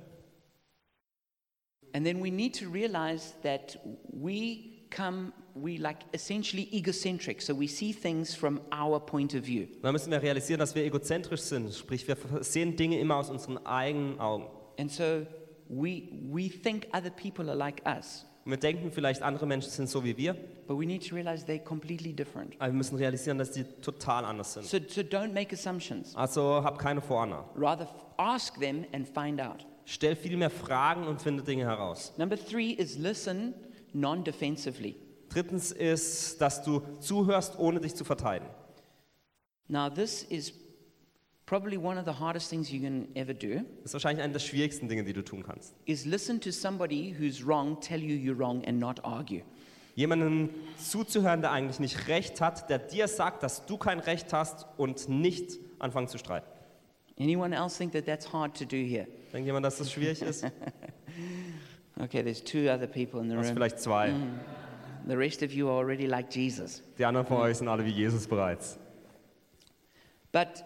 And then we need to realize that we come, we like essentially egocentric. So we see things from our point of view. Und dann müssen wir realisieren, dass wir egozentrisch sind, sprich wir sehen Dinge immer aus unseren eigenen Augen. And so we, we think other people are like us, Und wir denken vielleicht, andere Menschen sind so wie wir, but we need to realize they're completely different. aber wir müssen realisieren, dass die total anders sind. So, so don't make assumptions. Also hab keine Vorannahmen. Rather, f- ask them and find out. Stell viel mehr Fragen und finde Dinge heraus. Number three is listen non defensively. Drittens ist, dass du zuhörst, ohne dich zu verteidigen. Now, this is probably one of the hardest things you can ever do Das ist wahrscheinlich eine der schwierigsten Dinge, die du tun kannst. is listen to somebody who's wrong tell you you're wrong and not argue. Jemandem zuzuhören, der eigentlich nicht recht hat, der dir sagt, dass du kein Recht hast und nicht anfangen zu streiten. Anyone else think that that's hard to do here? Denkt jemand, dass das schwierig ist? Okay, there's two other people in the Das room. vielleicht zwei. The rest of you are already like Jesus. Die anderen von euch sind alle wie Jesus bereits. But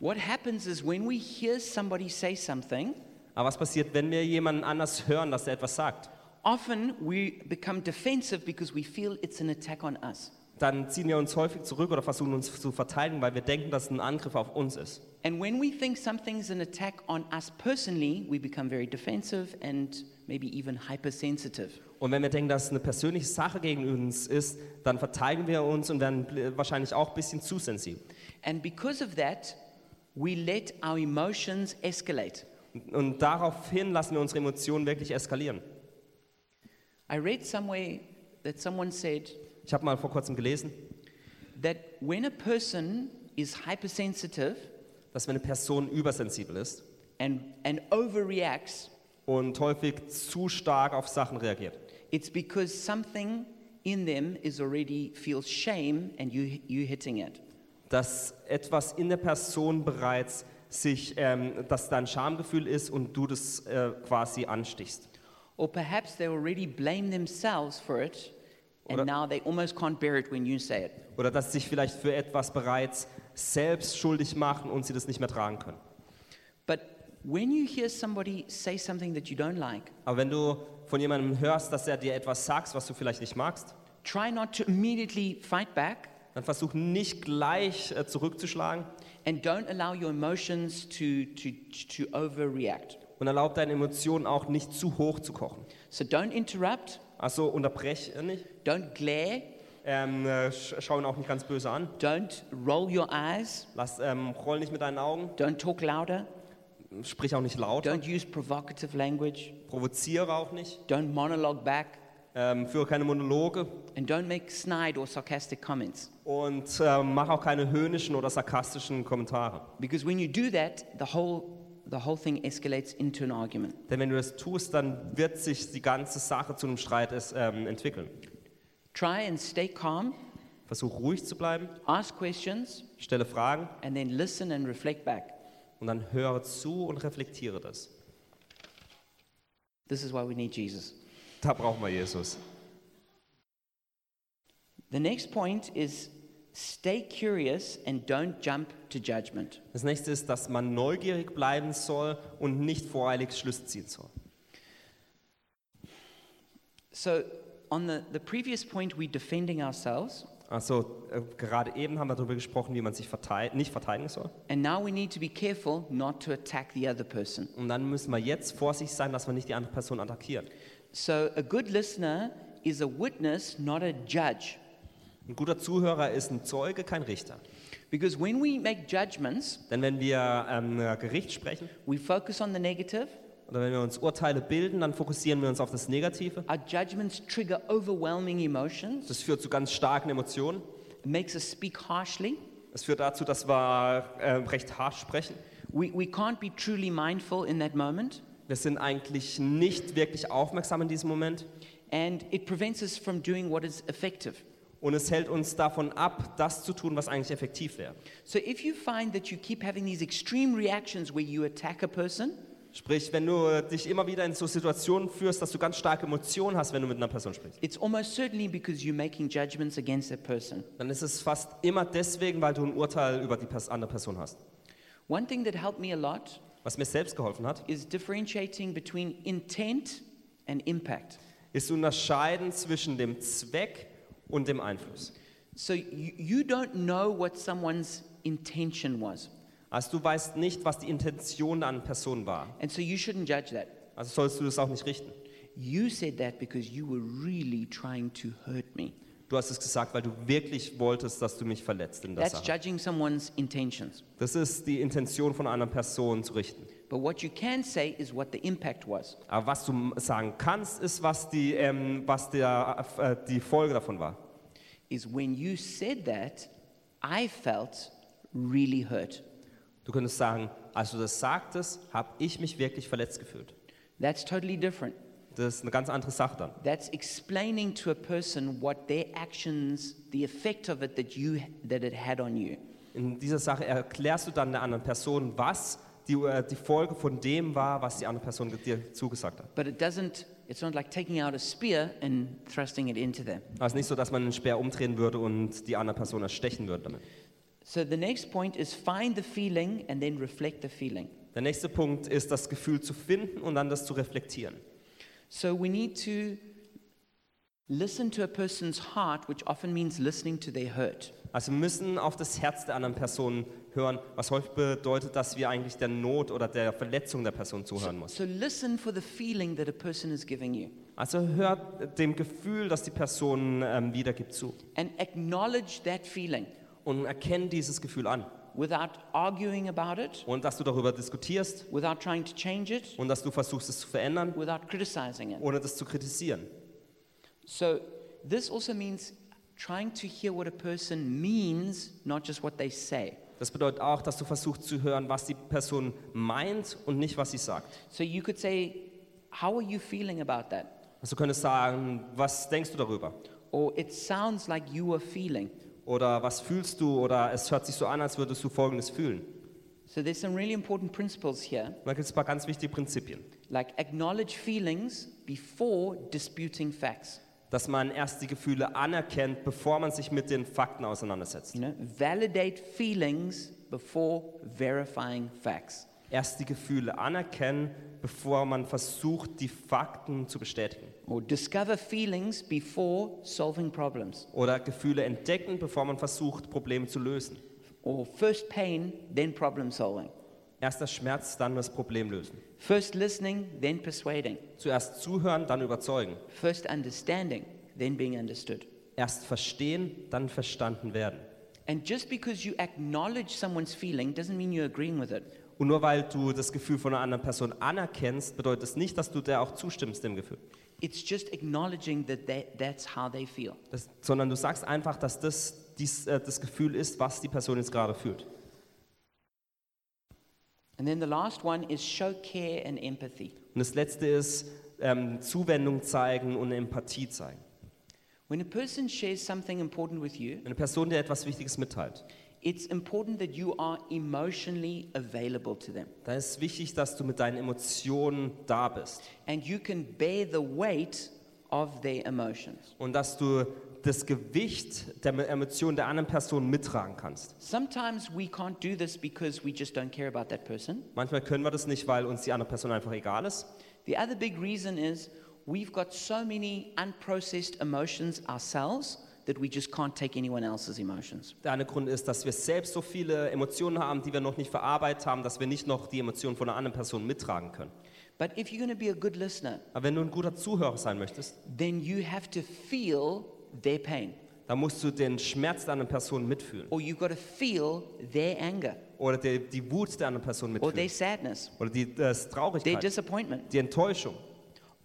what happens is when we hear somebody say something, Aber was passiert, wenn wir jemanden anders hören, dass er etwas sagt? often we become defensive because we feel it's an attack on us. Dann ziehen wir uns häufig zurück oder versuchen uns zu verteidigen, weil wir denken, dass es ein Angriff auf uns ist. And when we think something's an attack on us personally, we become very defensive and maybe even hypersensitive. Und wenn wir denken, dass es eine persönliche Sache gegen uns ist, dann verteidigen wir uns und werden bl- wahrscheinlich auch ein bisschen zu sensibel. And because of that, we let our emotions escalate. Und- Und daraufhin lassen wir unsere Emotionen wirklich eskalieren. I read somewhere that someone said Ich habe mal vor kurzem gelesen, that when a person is hypersensitive dass wenn eine Person übersensibel ist and, and overreacts, und häufig zu stark auf Sachen reagiert, it's because something in them is already feels shame and you, you hitting it. dass etwas in der Person bereits sich, ähm, dass da ein Schamgefühl ist und du das äh, quasi anstichst. Or perhaps they already blame themselves for it, and Oder- now they almost can't bear it when you say it. Oder dass sie sich vielleicht für etwas bereits selbst schuldig machen und sie das nicht mehr tragen können. But when you hear somebody say something that you don't like, Aber wenn du von jemandem hörst, dass er dir etwas sagt, was du vielleicht nicht magst, try not to immediately fight back dann versuch nicht gleich äh, zurückzuschlagen and don't allow your emotions to, to, to overreact. und erlaub deinen Emotionen auch nicht zu hoch zu kochen. So don't interrupt, Also unterbrech nicht, don't glare, ähm, äh, sch- schau ihn auch nicht ganz böse an, don't roll your eyes, Lass, ähm, roll nicht mit deinen Augen, don't talk louder, sprich auch nicht laut, don't use provocative language, provoziere auch nicht, don't monologue back, ähm, führe keine Monologe and don't make snide or sarcastic comments. und ähm, mach auch keine höhnischen oder sarkastischen Kommentare. Because when you do that, the whole, the whole thing escalates into an argument. Denn wenn du das tust, dann wird sich die ganze Sache zu einem Streit es, ähm, entwickeln. Try and stay calm, Versuch ruhig zu bleiben, ask questions, stelle Fragen and then listen and reflect back. und dann höre zu und reflektiere das. This is why we need Jesus. Da brauchen wir Jesus. The next point is stay curious and don't jump to judgment. Das nächste ist, dass man neugierig bleiben soll und nicht voreilig Schlüsse ziehen soll. So, on the, the previous point, we're defending ourselves, Also äh, gerade eben haben wir darüber gesprochen, wie man sich verteid nicht verteidigen soll. and now we need to be careful not to attack the other person. Und dann müssen wir jetzt vorsichtig sein, dass wir nicht die andere Person attackieren. So, a good listener is a witness, not a judge. Ein guter Zuhörer ist ein Zeuge, kein Richter. Because when we make judgments, Denn wenn wir ähm, Gericht sprechen we focus on the negative, oder wenn wir uns Urteile bilden, dann fokussieren wir uns auf das Negative. our judgments trigger overwhelming emotions, Das führt zu ganz starken Emotionen. it makes us speak harshly. Es führt dazu, dass wir äh, recht hart sprechen. We, we can't be truly mindful in that moment, Wir sind eigentlich nicht wirklich aufmerksam in diesem Moment. and it prevents us from doing what is effective. Und es hält uns davon ab, das zu tun, was eigentlich effektiv wäre. So if you find that you keep having these extreme reactions where you attack a person, Sprich, wenn du dich immer wieder in so Situationen führst, dass du ganz starke Emotionen hast, wenn du mit einer Person sprichst, it's almost certainly because you're making judgments against that person. dann ist es fast immer deswegen, weil du ein Urteil über die pers andere Person hast. One thing that helped me a lot Was mir selbst geholfen hat, is differentiating between intent and impact. ist zu unterscheiden zwischen dem Zweck und dem Einfluss. So you, you don't know what someone's intention was, Also du weißt nicht, was die Intention an Person war. and so you shouldn't judge that. Also sollst du das auch nicht richten. You said that because you were really trying to hurt me. Du hast es gesagt, weil du wirklich wolltest, dass du mich verletzt in der That's Sache. judging someone's intentions. Das ist die Intention von einer Person zu richten. But what you can say is what the impact was. Aber was du m- sagen kannst, ist, was die, ähm, was der, äh, die Folge davon war. Is when you said that, I felt really hurt. Du könntest sagen, als du das sagtest, habe ich mich wirklich verletzt gefühlt. That's totally different. Das ist eine ganz andere Sache dann. That's explaining to a person what their actions, the effect of it that you that it had on you. In dieser Sache erklärst du dann der anderen Person, was die, äh, die Folge von dem war, was die andere Person dir zugesagt hat. But it doesn't it's not like taking out a spear and thrusting it into them. Also nicht so, dass man den Speer umdrehen würde und die andere Person erstechen würde damit. So the next point is find the feeling and then reflect the feeling. Der nächste Punkt ist, das Gefühl zu finden und dann das zu reflektieren. So we need to listen to a person's heart, which often means listening to their hurt. Also wir müssen auf das Herz der anderen Person hören, was häufig bedeutet, dass wir eigentlich der Not oder der Verletzung der Person zuhören müssen. So listen for the feeling that a person is giving you Also hört dem Gefühl, das die Person ähm, wiedergibt, zu and acknowledge that feeling und erkenn dieses Gefühl an. without arguing about it, Und dass du darüber diskutierst without trying to change it, und dass du versuchst, es zu verändern, without criticizing it. ohne das zu kritisieren. So this also means trying to hear what a person means, not just what they say. Das bedeutet auch, dass du versuchst zu hören, was die Person meint und nicht, was sie sagt. So you could say, How are you feeling about that? Also du könntest sagen, was denkst du darüber? Or it sounds like you are feeling. Oder was fühlst du? Oder es hört sich so an, als würdest du Folgendes fühlen. So there's some really important principles here, Da gibt es ein paar ganz wichtige Prinzipien. like acknowledge feelings before disputing facts. Dass man erst die Gefühle anerkennt, bevor man sich mit den Fakten auseinandersetzt. You know, validate feelings before verifying facts. Erst die Gefühle anerkennen, bevor man versucht, die Fakten zu bestätigen. Or discover feelings before solving problems. Oder Gefühle entdecken, bevor man versucht, Probleme zu lösen. Or first pain, then problem solving. Erst der Schmerz, dann das Problem lösen. First listening, then persuading. Zuerst zuhören, dann überzeugen. First understanding, then being understood. Erst verstehen, dann verstanden werden. And just because you acknowledge someone's feeling doesn't mean you're agreeing with it. Und nur weil du das Gefühl von einer anderen Person anerkennst, bedeutet es nicht, dass du der auch zustimmst dem Gefühl. It's just acknowledging that they, that's how they feel. Das, sondern du sagst einfach, dass das dies, äh, das Gefühl ist, was die Person jetzt gerade fühlt. And then the last one is show care and empathy. Und das Letzte ist ähm, Zuwendung zeigen und Empathie zeigen. When a person shares something important with you, Wenn eine Person dir etwas Wichtiges mitteilt, it's important that you are emotionally available to them dann ist es wichtig, dass du mit deinen Emotionen da bist and you can bear the weight of their emotions. und dass du das Gewicht der Me- Emotionen der anderen Person mittragen kannst. Sometimes we can't do this because we just don't care about that person. Manchmal können wir das nicht, weil uns die andere Person einfach egal ist. The other big reason is we've got so many unprocessed emotions ourselves that we just can't take anyone else's emotions. Der eine Grund ist, dass wir selbst so viele Emotionen haben, die wir noch nicht verarbeitet haben, dass wir nicht noch die Emotionen von einer anderen Person mittragen können. But if you're going to be a good listener, Aber wenn du ein guter Zuhörer sein möchtest, then you have to feel their pain. Da musst du den Schmerz der anderen Person mitfühlen. or you've got to feel their anger Oder die, die Wut der anderen Person or their mitfühlen. sadness, Oder die das their Traurigkeit, disappointment, die Enttäuschung.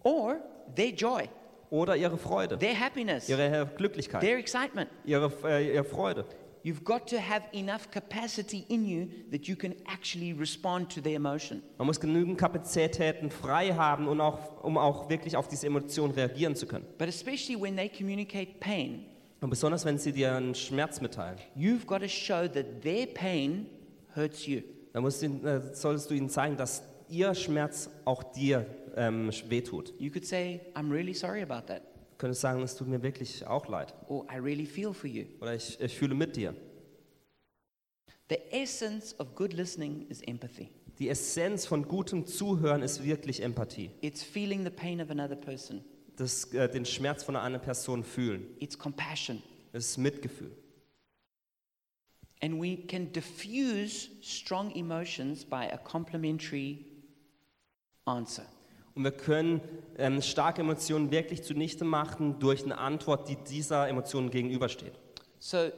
or their joy, Oder ihre Freude, their happiness, ihre äh, Glücklichkeit, their excitement. ihre, äh, ihre Freude. You've got to have enough capacity in you that you can actually respond to their emotion. Man muss genügend Kapazitäten frei haben, und auch, um auch wirklich auf diese Emotionen reagieren zu können. But especially when they communicate pain, Und besonders, wenn sie dir einen Schmerz mitteilen, you've got to show that their pain hurts you. dann musst du, ihnen- äh, solltest du ihnen zeigen, dass ihr Schmerz auch dir ähm, wehtut. You could say, I'm really sorry about that, Du könntest sagen, es tut mir wirklich auch leid. or I really feel for you. Oder ich, ich fühle mit dir. The essence of good listening is empathy. Die Essenz von gutem Zuhören ist wirklich Empathie. It's feeling the pain of another person. Das, äh, den Schmerz von einer anderen Person fühlen. It's compassion. Das ist Mitgefühl. And we can diffuse strong emotions by a complimentary answer. Und wir können ähm, starke Emotionen wirklich zunichte machen durch eine Antwort, die dieser Emotion gegenübersteht. So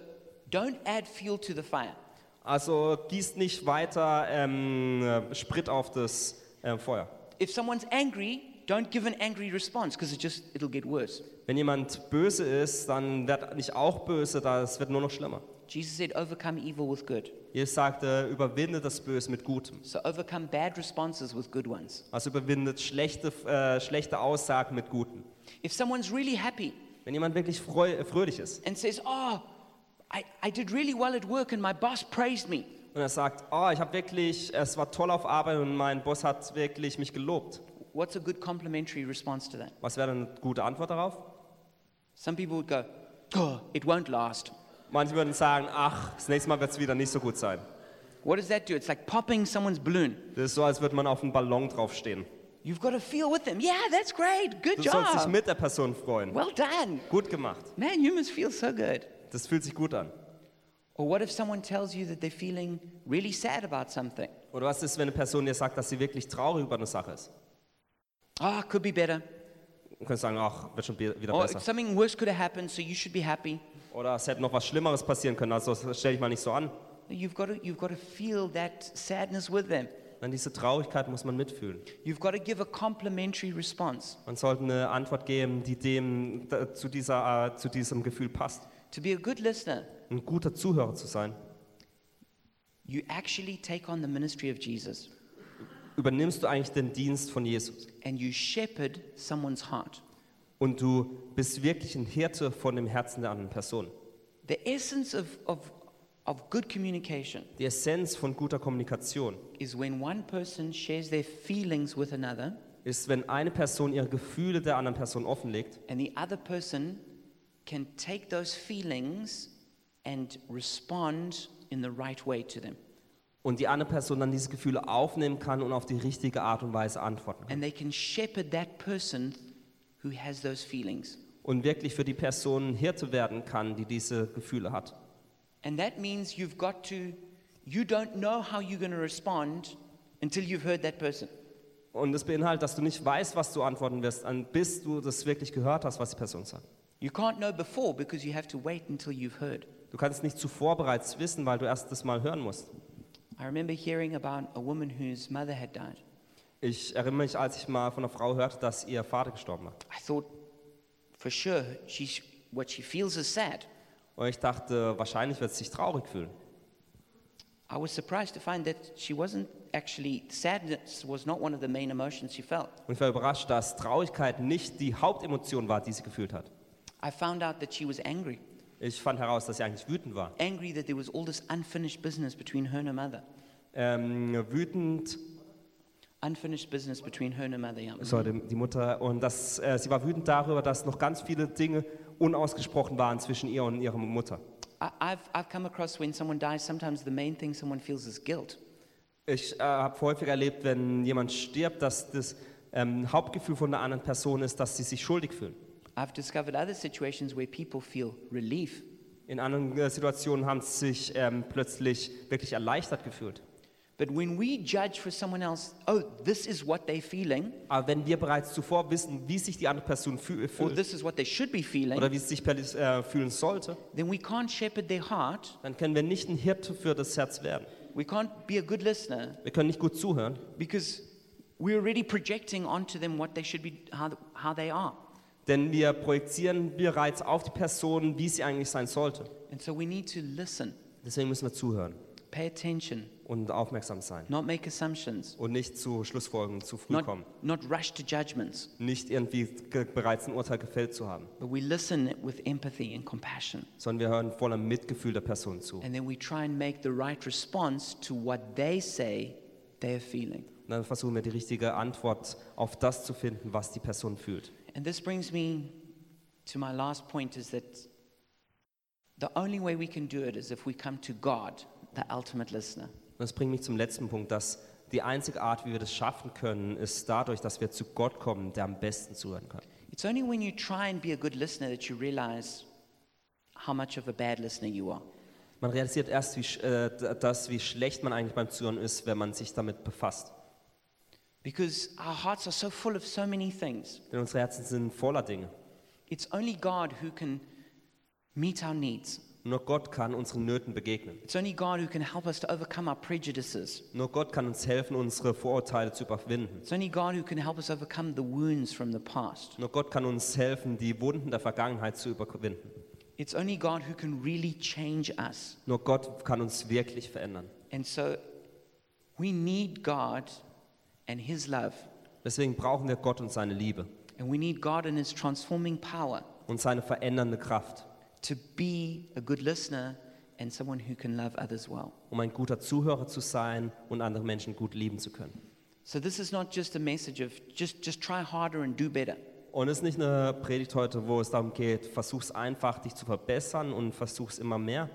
don't add fuel to the fire. Also gießt nicht weiter ähm, äh, Sprit auf das äh, Feuer. If someone's angry, don't give an angry response because it just it'll get worse. Wenn jemand böse ist, dann wird nicht auch böse, das wird nur noch schlimmer. Jesus said overcome evil with good. Jesus sagte, überwinde das Böse mit Gutem. So overcome bad responses with good ones. Also überwindet schlechte, äh, schlechte Aussagen mit Guten. If someone's really happy Wenn jemand wirklich freu äh, fröhlich ist and says, "Oh, I, I did really well at work and my boss praised me." und er sagt, oh, ich habe wirklich, es war toll auf Arbeit und mein Boss hat wirklich mich gelobt. What's a good complimentary response to that? Was wäre dann eine gute Antwort darauf? Some people would go, "Oh, it won't last." Manche würden sagen, ach, das nächste Mal wird es wieder nicht so gut sein. What does that do? It's like popping someone's balloon. Das ist so, als würde man auf einem Ballon draufstehen. You've got to feel with them. Yeah, that's great. Good Du sollst dich job. mit der Person freuen. Well done. Gut gemacht. Man, you must feel so good. Das fühlt sich gut an. Or what if someone tells you that they're feeling really sad about something? Oder was ist, wenn eine Person dir sagt, dass sie wirklich traurig über eine Sache ist? Ah, could be better. Du könntest sagen, ach, wird schon be- wieder Or besser. something worse could have happened, so you should be happy. Oder es hätte noch was Schlimmeres passieren können, also stell dich mal nicht so an. You've got to, you've got to feel that sadness with them. Dann diese Traurigkeit muss man mitfühlen. You've got to give a complimentary response. Man sollte eine Antwort geben, die dem da- zu, dieser, äh, zu diesem Gefühl passt. To be a good listener, Ein guter Zuhörer zu sein. you actually take on the ministry of Jesus Übernimmst du eigentlich den Dienst von Jesus and you shepherd someone's heart. und du bist wirklich ein Hirte von dem Herzen der anderen Person. The essence of, of, of good communication Die Essenz von guter Kommunikation is when one person shares their feelings with another ist, wenn eine Person ihre Gefühle der anderen Person offenlegt and the other person can take those feelings and respond in the right way to them. und die andere Person dann diese Gefühle aufnehmen kann und auf die richtige Art und Weise antworten kann. And they can shepherd that person who has those feelings. Und wirklich für die Person ein Hirte werden kann, die diese Gefühle hat. And that means you've got to, you don't know how you're going to respond until you've heard that person. Und das beinhaltet, dass du nicht weißt, was du antworten wirst, an- bis du das wirklich gehört hast, was die Person sagt. You can't know before because you have to wait until you've heard. Du kannst nicht zuvor bereits wissen, weil du erst das mal hören musst. I remember hearing about a woman whose mother had died. Ich erinnere mich, als ich mal von einer Frau hörte, dass ihr Vater gestorben war. I thought, for sure, she's, what she feels is sad. Und ich dachte, wahrscheinlich wird sie sich traurig fühlen. I was surprised to find that she wasn't actually, sadness was not one of the main emotions she felt. Und ich war überrascht, dass Traurigkeit nicht die Hauptemotion war, die sie gefühlt hat. I found out that she was angry. Ich fand heraus, dass sie eigentlich wütend war. Angry that there was all this unfinished business between her and her mother. Ähm, wütend, Unfinished business between her and her mother, yeah. sorry, die Mutter, und dass, äh, sie war wütend darüber, dass noch ganz viele Dinge unausgesprochen waren zwischen ihr und ihrer Mutter. I, I've, I've come across when someone dies, sometimes the main thing someone feels is guilt. Ich äh, habe häufig erlebt, wenn jemand stirbt, dass das ähm, Hauptgefühl von der anderen Person ist, dass sie sich schuldig fühlen. I've discovered other situations where people feel relief. In anderen äh, Situationen haben sie sich ähm, plötzlich wirklich erleichtert gefühlt. But when we judge for someone else, oh, this is what they're feeling, Aber wenn wir bereits zuvor wissen, wie sich die andere Person fühl- or fühlt this is what they should be feeling, oder wie es sich perlis- äh, fühlen sollte, then we can't shepherd their heart. dann können wir nicht ein Hirte für das Herz werden. We can't be a good listener Wir können nicht gut zuhören, because we're already projecting onto them what they should be, how, how they are. denn wir projizieren bereits auf die Person, wie sie eigentlich sein sollte. And so we need to listen, Deswegen müssen wir zuhören pay attention, und aufmerksam sein not make assumptions, und nicht zu Schlussfolgerungen zu früh not, kommen. not rush to judgments, Nicht irgendwie ge- bereits ein Urteil gefällt zu haben, but we listen with empathy and compassion. sondern wir hören voller Mitgefühl der Person zu. And then we try and make the right response to what they say they're feeling. Und dann versuchen wir die richtige Antwort auf das zu finden, was die Person fühlt. And this brings me to my last point is that the only way we can do it is if we come to God, the ultimate listener. Und das bringt mich zum letzten Punkt, dass die einzige Art, wie wir das schaffen können, ist dadurch, dass wir zu Gott kommen, der am besten zuhören kann. It's only when you try and be a good listener that you realize how much of a bad listener you are. Man realisiert erst, wie, sch- äh, d- das, wie schlecht man eigentlich beim Zuhören ist, wenn man sich damit befasst. Because our hearts are so full of so many things. Denn unsere Herzen sind voller Dinge. It's only God who can meet our needs. Nur Gott kann unseren Nöten begegnen. It's only God who can help us to overcome our prejudices. Nur Gott kann uns helfen, unsere Vorurteile zu überwinden. It's only God who can help us overcome the wounds from the past. Nur Gott kann uns helfen, die Wunden der Vergangenheit zu überwinden. It's only God who can really change us. Nur Gott kann uns wirklich verändern. And so we need God and His love, Deswegen brauchen wir Gott und seine Liebe and we need God and His transforming power und seine verändernde Kraft, to be a good listener and someone who can love others well. um ein guter Zuhörer zu sein und andere Menschen gut lieben zu können. So this is not just a message of just just try harder and do better. Und es ist nicht eine Predigt heute, wo es darum geht, versuch's einfach, dich zu verbessern und versuch's immer mehr,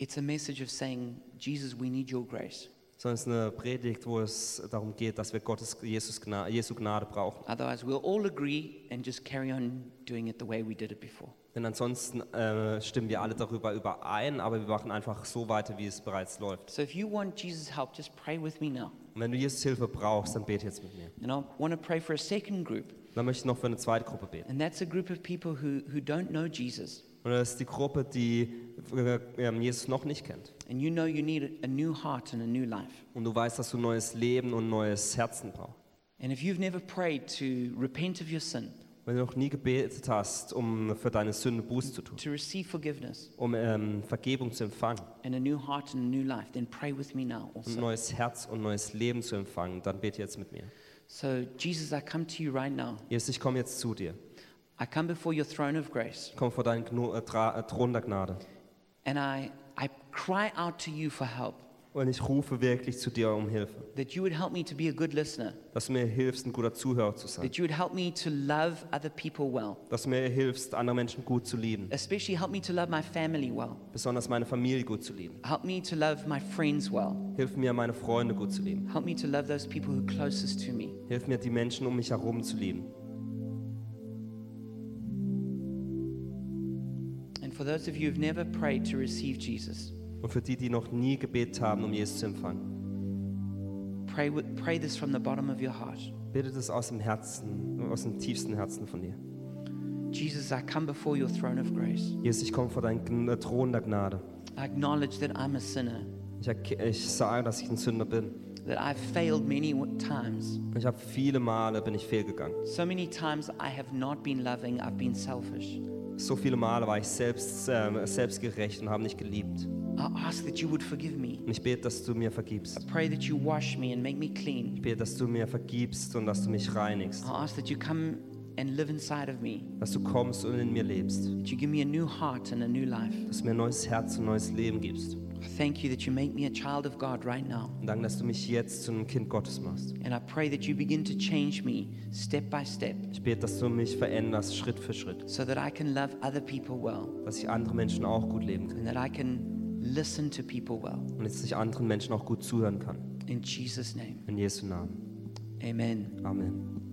It's a message of saying, Jesus, we need your grace. sondern es ist eine Predigt, wo es darum geht, dass wir Gottes Jesus Gnade, Jesu Gnade brauchen. Otherwise, we'll all agree and just carry on doing it the way we did it before. Denn ansonsten äh, stimmen wir alle darüber überein, aber wir machen einfach so weiter, wie es bereits läuft. So if you want Jesus' help, just pray with me now. Und wenn du Jesus Hilfe brauchst, dann bete jetzt mit mir. And I want to pray for a second group, Dann möchte ich noch für eine zweite Gruppe beten. and that's a group of people who, who don't know Jesus, Und das ist die Gruppe, die äh, ähm, Jesus noch nicht kennt. and you know you need a new heart and a new life. Und du weißt, dass du neues Leben und neues Herzen brauchst. And if you've never prayed to repent of your sin, Wenn du noch nie gebetet hast, um für deine Sünde Buße zu tun, to receive forgiveness, um ähm, Vergebung zu empfangen, and a new heart and a new life, then pray with me now also. ein neues Herz und neues Leben zu empfangen, dann bete jetzt mit mir. So, Jesus, I come to you right now. Jesus, ich komme jetzt zu dir. I come before your throne of grace Ich komme vor deinen Gno äh, Tra- äh, Thron der Gnade. and I, I cry out to you for help, Und ich rufe wirklich zu dir um Hilfe. that you would help me to be a good listener, Dass du mir hilfst, ein guter Zuhörer zu sein. that you would help me to love other people well, Dass du mir hilfst, andere Menschen gut zu lieben. especially help me to love my family well, Besonders meine Familie gut zu lieben. help me to love my friends well, Hilf mir, meine Freunde gut zu lieben. help me to love those people who are closest to me. Hilf mir, die Menschen um mich herum zu lieben. And for those of you who've never prayed to receive Jesus, Und für die, die noch nie gebetet haben, um Jesus zu empfangen, pray, with, pray this from the bottom of your heart. bete das aus dem Herzen, aus dem tiefsten Herzen von dir. Jesus, I come before your throne of grace. Jesus, ich komme vor deinen Gn- äh, Thron der Gnade. I acknowledge that I'm a sinner, Ich, erke- ich sage, dass ich ein Sünder bin. that I've failed many w- times. Und ich habe viele Male bin ich fehlgegangen. So many times I have not been loving, I've been selfish. So viele Male war ich selbst, äh, selbstgerecht und habe nicht geliebt. I ask that you would forgive me. Und ich bete, dass du mir vergibst. I pray that you wash me and make me Ich clean. bete, dass du mir vergibst und dass du mich reinigst. I ask that you come and live inside of me, Dass du kommst und in mir lebst. that you give me a new heart and a new life. Dass du mir ein neues Herz und neues Leben gibst. I thank you that you make me a child of God right now. Und danke, dass du mich jetzt zu einem Kind Gottes machst. And I pray that you begin to change me step by step Ich bete, dass du mich veränderst, Schritt für Schritt. so that I can love other people well dass ich anderen Menschen auch gut leben kann and that I can listen to people well. und dass ich anderen Menschen auch gut zuhören kann. In Jesus' name, In Jesu Namen. amen. Amen.